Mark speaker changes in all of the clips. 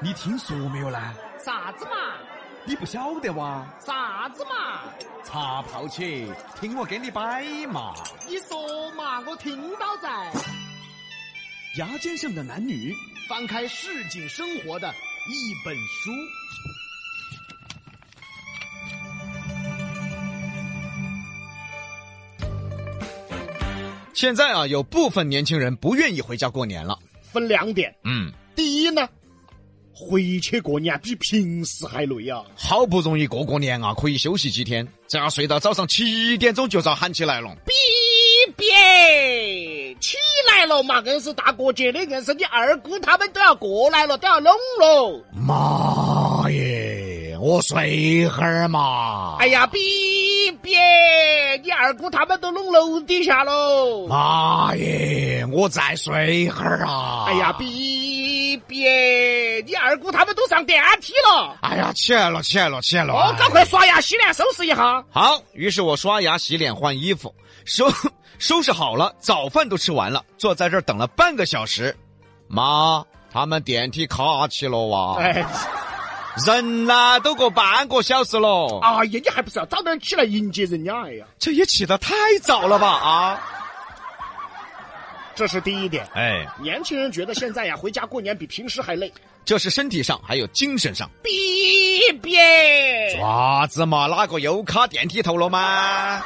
Speaker 1: 你听说没有呢？
Speaker 2: 啥子嘛？
Speaker 1: 你不晓得哇？
Speaker 2: 啥子嘛？
Speaker 1: 茶泡起，听我给你摆嘛。
Speaker 2: 你说嘛，我听到在。
Speaker 3: 牙尖上的男女，
Speaker 2: 翻开市井生活的一本书。
Speaker 4: 现在啊，有部分年轻人不愿意回家过年了。
Speaker 2: 分两点，
Speaker 4: 嗯，
Speaker 2: 第一呢，回去过年比平时还累啊。
Speaker 4: 好不容易过过年啊，可以休息几天，这睡到早上七点钟就遭喊起来了。
Speaker 2: 比比起来了嘛，硬是大过节的，硬是你二姑他们都要过来了，都要拢喽。
Speaker 4: 妈耶，我睡会儿嘛。
Speaker 2: 哎呀，比比，你二姑他们都拢楼底下喽。
Speaker 4: 妈耶，我再睡会儿啊！
Speaker 2: 哎呀，比比，你二姑他们都上电梯了。
Speaker 4: 哎呀，起来了，起来了，起来了！
Speaker 2: 哦，赶快刷牙、洗脸、收拾一下。
Speaker 4: 好，于是我刷牙、洗脸、换衣服，收 收拾好了，早饭都吃完了，坐在这儿等了半个小时。妈，他们电梯卡起了哇！
Speaker 2: 哎，
Speaker 4: 人呐、都过半个小时了，
Speaker 2: 哎呀，你还不是要早点起来迎接人家？哎呀，
Speaker 4: 这也起得太早了吧啊！
Speaker 2: 这是第一点。
Speaker 4: 哎，
Speaker 2: 年轻人觉得现在呀，回家过年比平时还累。
Speaker 4: 这是身体上还有精神上。
Speaker 2: 比比，
Speaker 4: 爪子嘛，哪个又卡电梯头了吗？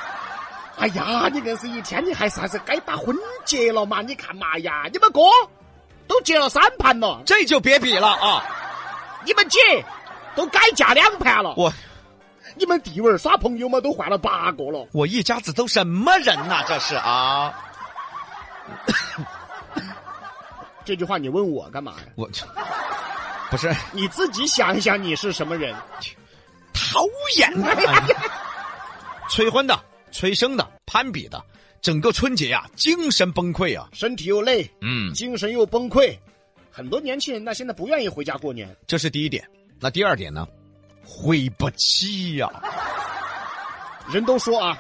Speaker 2: 哎呀，你硬是一天，你还是还是该把婚结了嘛？你看嘛呀，你们哥都结了三盘了，
Speaker 4: 这就别比了啊！
Speaker 2: 你们姐都改嫁两盘了，
Speaker 4: 我
Speaker 2: 你们弟娃儿耍朋友嘛都换了八个了。
Speaker 4: 我一家子都什么人呐、这是啊，
Speaker 2: 这句话你问我干嘛呀？
Speaker 4: 我不是
Speaker 2: 你自己想一想，你是什么人？
Speaker 4: 讨厌呐、哎催婚的、催生的、攀比的，整个春节啊，精神崩溃啊！
Speaker 2: 身体又累，
Speaker 4: 嗯，
Speaker 2: 精神又崩溃。很多年轻人呢，现在不愿意回家过年。
Speaker 4: 这是第一点。那第二点呢？回不起 呀、
Speaker 2: 人都说啊，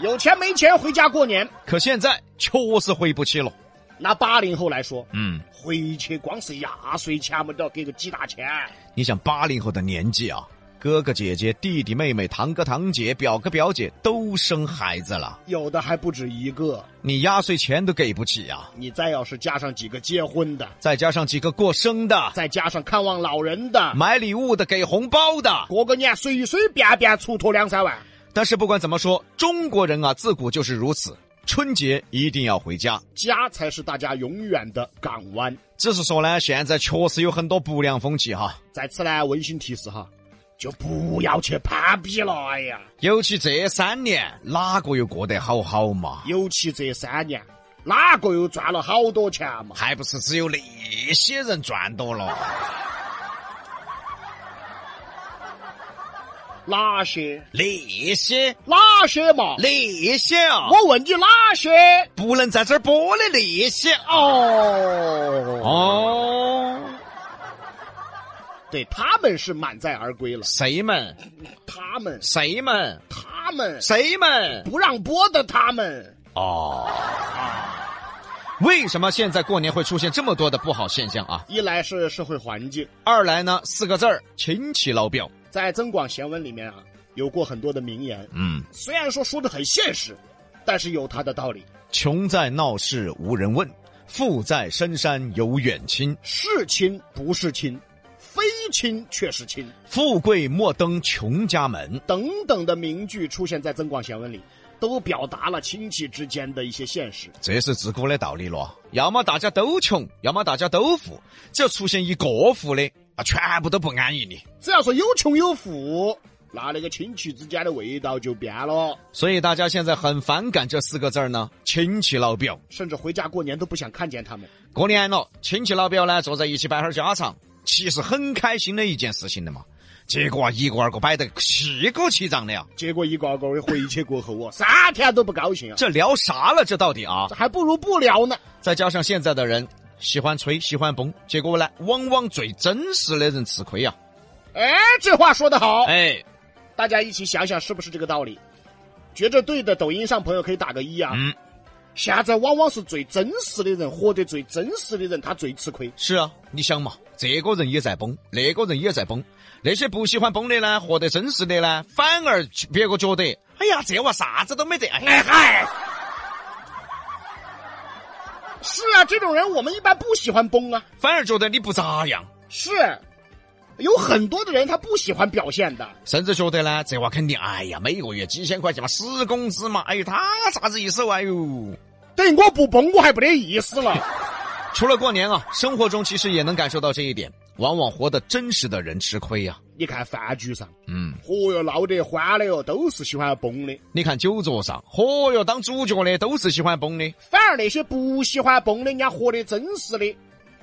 Speaker 2: 有钱没钱回家过年。
Speaker 4: 可现在确实回不起了。
Speaker 2: 拿八零后来说，
Speaker 4: 嗯，
Speaker 2: 回去光是压岁钱嘛，都要给个几大钱。
Speaker 4: 你想八零后的年纪啊，哥哥姐姐、弟弟妹妹、堂哥堂姐、表哥表姐都生孩子了，
Speaker 2: 有的还不止一个。
Speaker 4: 你压岁钱都给不起呀、
Speaker 2: 你再要是加上几个结婚的，
Speaker 4: 再加上几个过生的、
Speaker 2: 再加上看望老人的，
Speaker 4: 买礼物的、给红包的。
Speaker 2: 过个年随随便便出脱两三万。
Speaker 4: 但是不管怎么说，中国人啊，自古就是如此，春节一定要回家。
Speaker 2: 家才是大家永远的港湾。
Speaker 4: 只是说呢，现在确实有很多不良风气哈，
Speaker 2: 在此呢，温馨提示哈，就不要去攀比了。哎呀，
Speaker 4: 尤其这三年，哪个又过得好好嘛？
Speaker 2: 尤其这三年，哪个又赚了好多钱嘛？
Speaker 4: 还不是只有那些人赚多了，
Speaker 2: 哪些？
Speaker 4: 那些
Speaker 2: 哪些嘛？
Speaker 4: 那些啊，
Speaker 2: 我问你哪些？
Speaker 4: 不能在这儿播的那些啊。
Speaker 2: 哦，
Speaker 4: 哦，
Speaker 2: 对他们是满载而归了。
Speaker 4: 谁们？
Speaker 2: 他们，
Speaker 4: 谁们？
Speaker 2: 他们
Speaker 4: 谁们？
Speaker 2: 不让播的他们，
Speaker 4: 哦，为什么现在过年会出现这么多的不好现象啊？
Speaker 2: 一来是社会环境，
Speaker 4: 二来呢，四个字儿亲戚老表。
Speaker 2: 在《增广贤文》里面啊，有过很多的名言，
Speaker 4: 嗯，
Speaker 2: 虽然说说的很现实，但是有它的道理。
Speaker 4: 穷在闹市无人问，富在深山有远亲。
Speaker 2: 是亲不是亲，非亲却是亲，
Speaker 4: 富贵莫登穷家门。
Speaker 2: 等等的名句出现在《增广贤文》里，都表达了亲戚之间的一些现实。
Speaker 4: 这是自古的道理了。要么大家都穷，要么大家都富。只要出现一个富的啊，全部都不安逸你。
Speaker 2: 只要说有穷有富，那那个亲戚之间的味道就变了，
Speaker 4: 所以大家现在很反感这四个字儿呢，亲戚老表。
Speaker 2: 甚至回家过年都不想看见他们。
Speaker 4: 过年了，亲戚老表呢坐在一起摆会儿家常，其实很开心的一件事情的嘛。结果啊，一个二个摆得气鼓气胀的呀，
Speaker 2: 结果一个个的回去过后哦，三天都不高兴啊，
Speaker 4: 这聊啥了？这到底啊
Speaker 2: 这？还不如不聊呢。
Speaker 4: 再加上现在的人喜欢吹，喜欢崩，结果呢，往往最真实的人吃亏呀、
Speaker 2: 哎，这话说得好，
Speaker 4: 哎，
Speaker 2: 大家一起想想是不是这个道理？觉着对的，抖音上朋友可以打个一啊。
Speaker 4: 嗯
Speaker 2: 现在往往是最真实的人，活得最真实的人，他最吃亏。
Speaker 4: 是啊，你想嘛，这个人也在崩，那个人也在崩，那些不喜欢崩的呢，活得真实的呢，反而别个觉得，哎呀，这娃啥子都没得，哎呀，
Speaker 2: 哎嗨，是啊，这种人我们一般不喜欢崩啊。
Speaker 4: 反而觉得你不咋样，
Speaker 2: 是，有很多的人他不喜欢表现的。
Speaker 4: 甚至觉得呢，这娃肯定，哎呀，每个月几千块钱嘛，死工资嘛，哎呦，他啥子意思哇、哎呦。
Speaker 2: 等于我不崩，我还不得意思了。
Speaker 4: 除了过年啊，生活中其实也能感受到这一点，往往活得真实的人吃亏啊呀、
Speaker 2: 你看饭局上，
Speaker 4: 嗯，
Speaker 2: 嚯哟，闹得欢的哟，都是喜欢崩的。
Speaker 4: 你看酒桌上，嚯哟，当主角的都是喜欢崩的，
Speaker 2: 反而那些不喜欢崩的，人家活得真实的，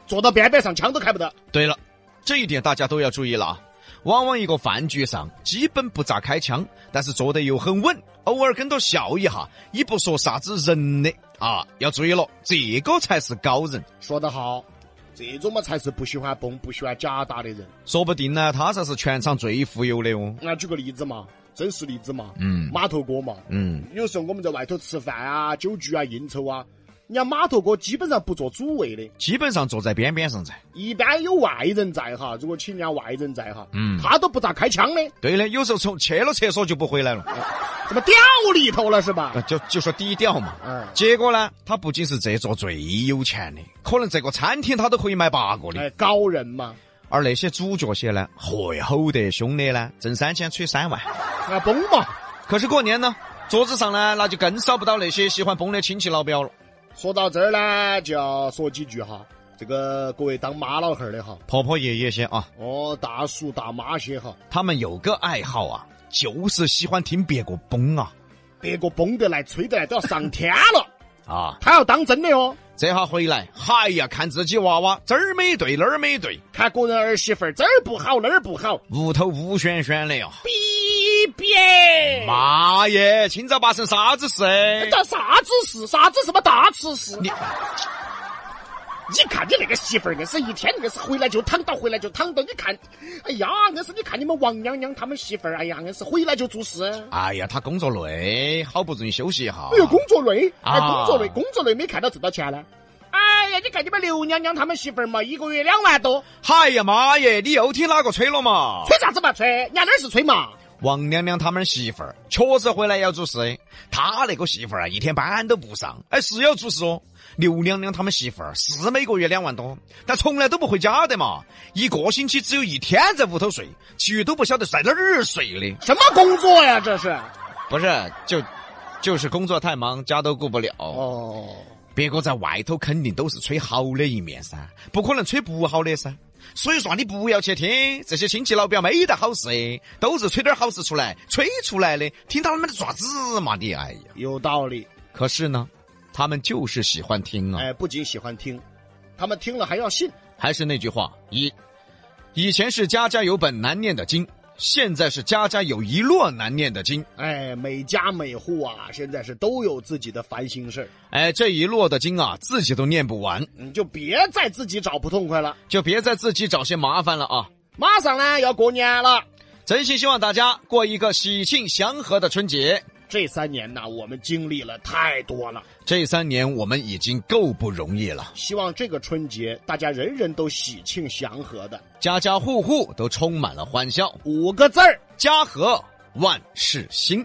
Speaker 2: 坐到边边上枪都开不得。
Speaker 4: 对了，这一点大家都要注意了啊。往往一个饭局上基本不咋开枪，但是坐得又很稳，偶尔跟着笑一下，也不说啥子人的啊，要注意了，这个才是高人。
Speaker 2: 说得好，这种嘛才是不喜欢崩、不喜欢假打的人。
Speaker 4: 说不定呢，他才是全场最富有的哦。
Speaker 2: 那举个例子嘛，真实例子嘛，
Speaker 4: 嗯
Speaker 2: 码头哥嘛，
Speaker 4: 嗯，
Speaker 2: 有时候我们在外头吃饭啊、酒局啊、应酬啊，人家码头哥基本上不坐主位的，
Speaker 4: 基本上坐在边边上噻。
Speaker 2: 一般有外人在哈，如果请人家外人在哈，
Speaker 4: 嗯
Speaker 2: 他都不咋开枪的，
Speaker 4: 对的，有时候从去了厕所就不回来了，
Speaker 2: 怎么掉里头了是吧
Speaker 4: 啊？就就说低调嘛。
Speaker 2: 嗯，
Speaker 4: 结果呢，他不仅是这座最有钱的，可能这个餐厅他都可以买八个的。
Speaker 2: 哎，高人嘛，
Speaker 4: 而那些主角些呢，嚯呀，吼得凶的呢，挣三千吹三万。
Speaker 2: 那崩嘛。
Speaker 4: 可是过年呢，桌子上呢，那就更少不到那些喜欢崩的亲戚老表了。
Speaker 2: 说到这儿呢，就要说几句哈，这个各位当妈老汉儿的哈，
Speaker 4: 婆婆爷爷些啊，
Speaker 2: 哦，大叔大妈些哈，
Speaker 4: 他们有个爱好啊，就是喜欢听别个崩啊
Speaker 2: 别个崩得来、吹得来都要上天了，
Speaker 4: 啊。
Speaker 2: 他要当真的哦。
Speaker 4: 这下回来，嗨呀，看自己娃娃这儿没对那儿没对，
Speaker 2: 看个人儿媳妇儿这儿不好那儿不好，
Speaker 4: 屋头乌旋旋的呀。
Speaker 2: 逼逼，
Speaker 4: 妈耶，今早发生啥子事？
Speaker 2: 这啥子事？啥子什么大吃事？
Speaker 4: 你
Speaker 2: 你看你那个媳妇儿，硬是一天硬是回来就躺到，回来就躺到。你看，哎呀，硬是你看你们王娘娘他们媳妇儿，哎呀，硬是回来就做事。
Speaker 4: 哎呀，他工作累，好不容易休息一下。
Speaker 2: 哎呦，工作累，哎，
Speaker 4: 啊
Speaker 2: 工作累，工作累没看到挣到钱呢。哎呀，你看你们刘娘娘他们媳妇儿嘛，一个月两万多，
Speaker 4: 嗨呀妈耶，你又听哪个吹了 嘛？
Speaker 2: 吹啥子嘛吹？人家哪儿是吹嘛？
Speaker 4: 王娘娘他们媳妇儿确实回来要做事的，她那个媳妇儿啊，一天班都不上，哎，是要做事哦。刘娘娘他们媳妇儿是每个月两万多，但从来都不回家的嘛，一个星期只有一天在屋头睡，其余都不晓得在哪儿睡的。
Speaker 2: 什么工作呀？这是？
Speaker 4: 不是，就就是工作太忙，家都顾不了。
Speaker 2: 哦，
Speaker 4: 别个在外头肯定都是吹好的一面噻，不可能吹不好的噻。所以说你不要去听这些亲戚老表没得好事的，都是吹点好事出来，吹出来的，听到他们的爪子嘛你哎呀！
Speaker 2: 有道理。
Speaker 4: 可是呢，他们就是喜欢听啊。
Speaker 2: 哎，不仅喜欢听，他们听了还要信。
Speaker 4: 还是那句话，一以前是家家有本难念的经，现在是家家有一摞难念的经。
Speaker 2: 哎，每家每户啊，现在是都有自己的烦心事儿，
Speaker 4: 哎，这一摞的经啊，自己都念不完，
Speaker 2: 你就别再自己找不痛快了。
Speaker 4: 就别再自己找些麻烦了啊。
Speaker 2: 马上呢要过年了，
Speaker 4: 真心希望大家过一个喜庆祥和的春节。
Speaker 2: 这三年呐，我们经历了太多了。
Speaker 4: 这三年我们已经够不容易了，
Speaker 2: 希望这个春节大家人人都喜庆祥和的。
Speaker 4: 家家户户都充满了欢笑。
Speaker 2: 五个字儿，
Speaker 4: 家和万事兴。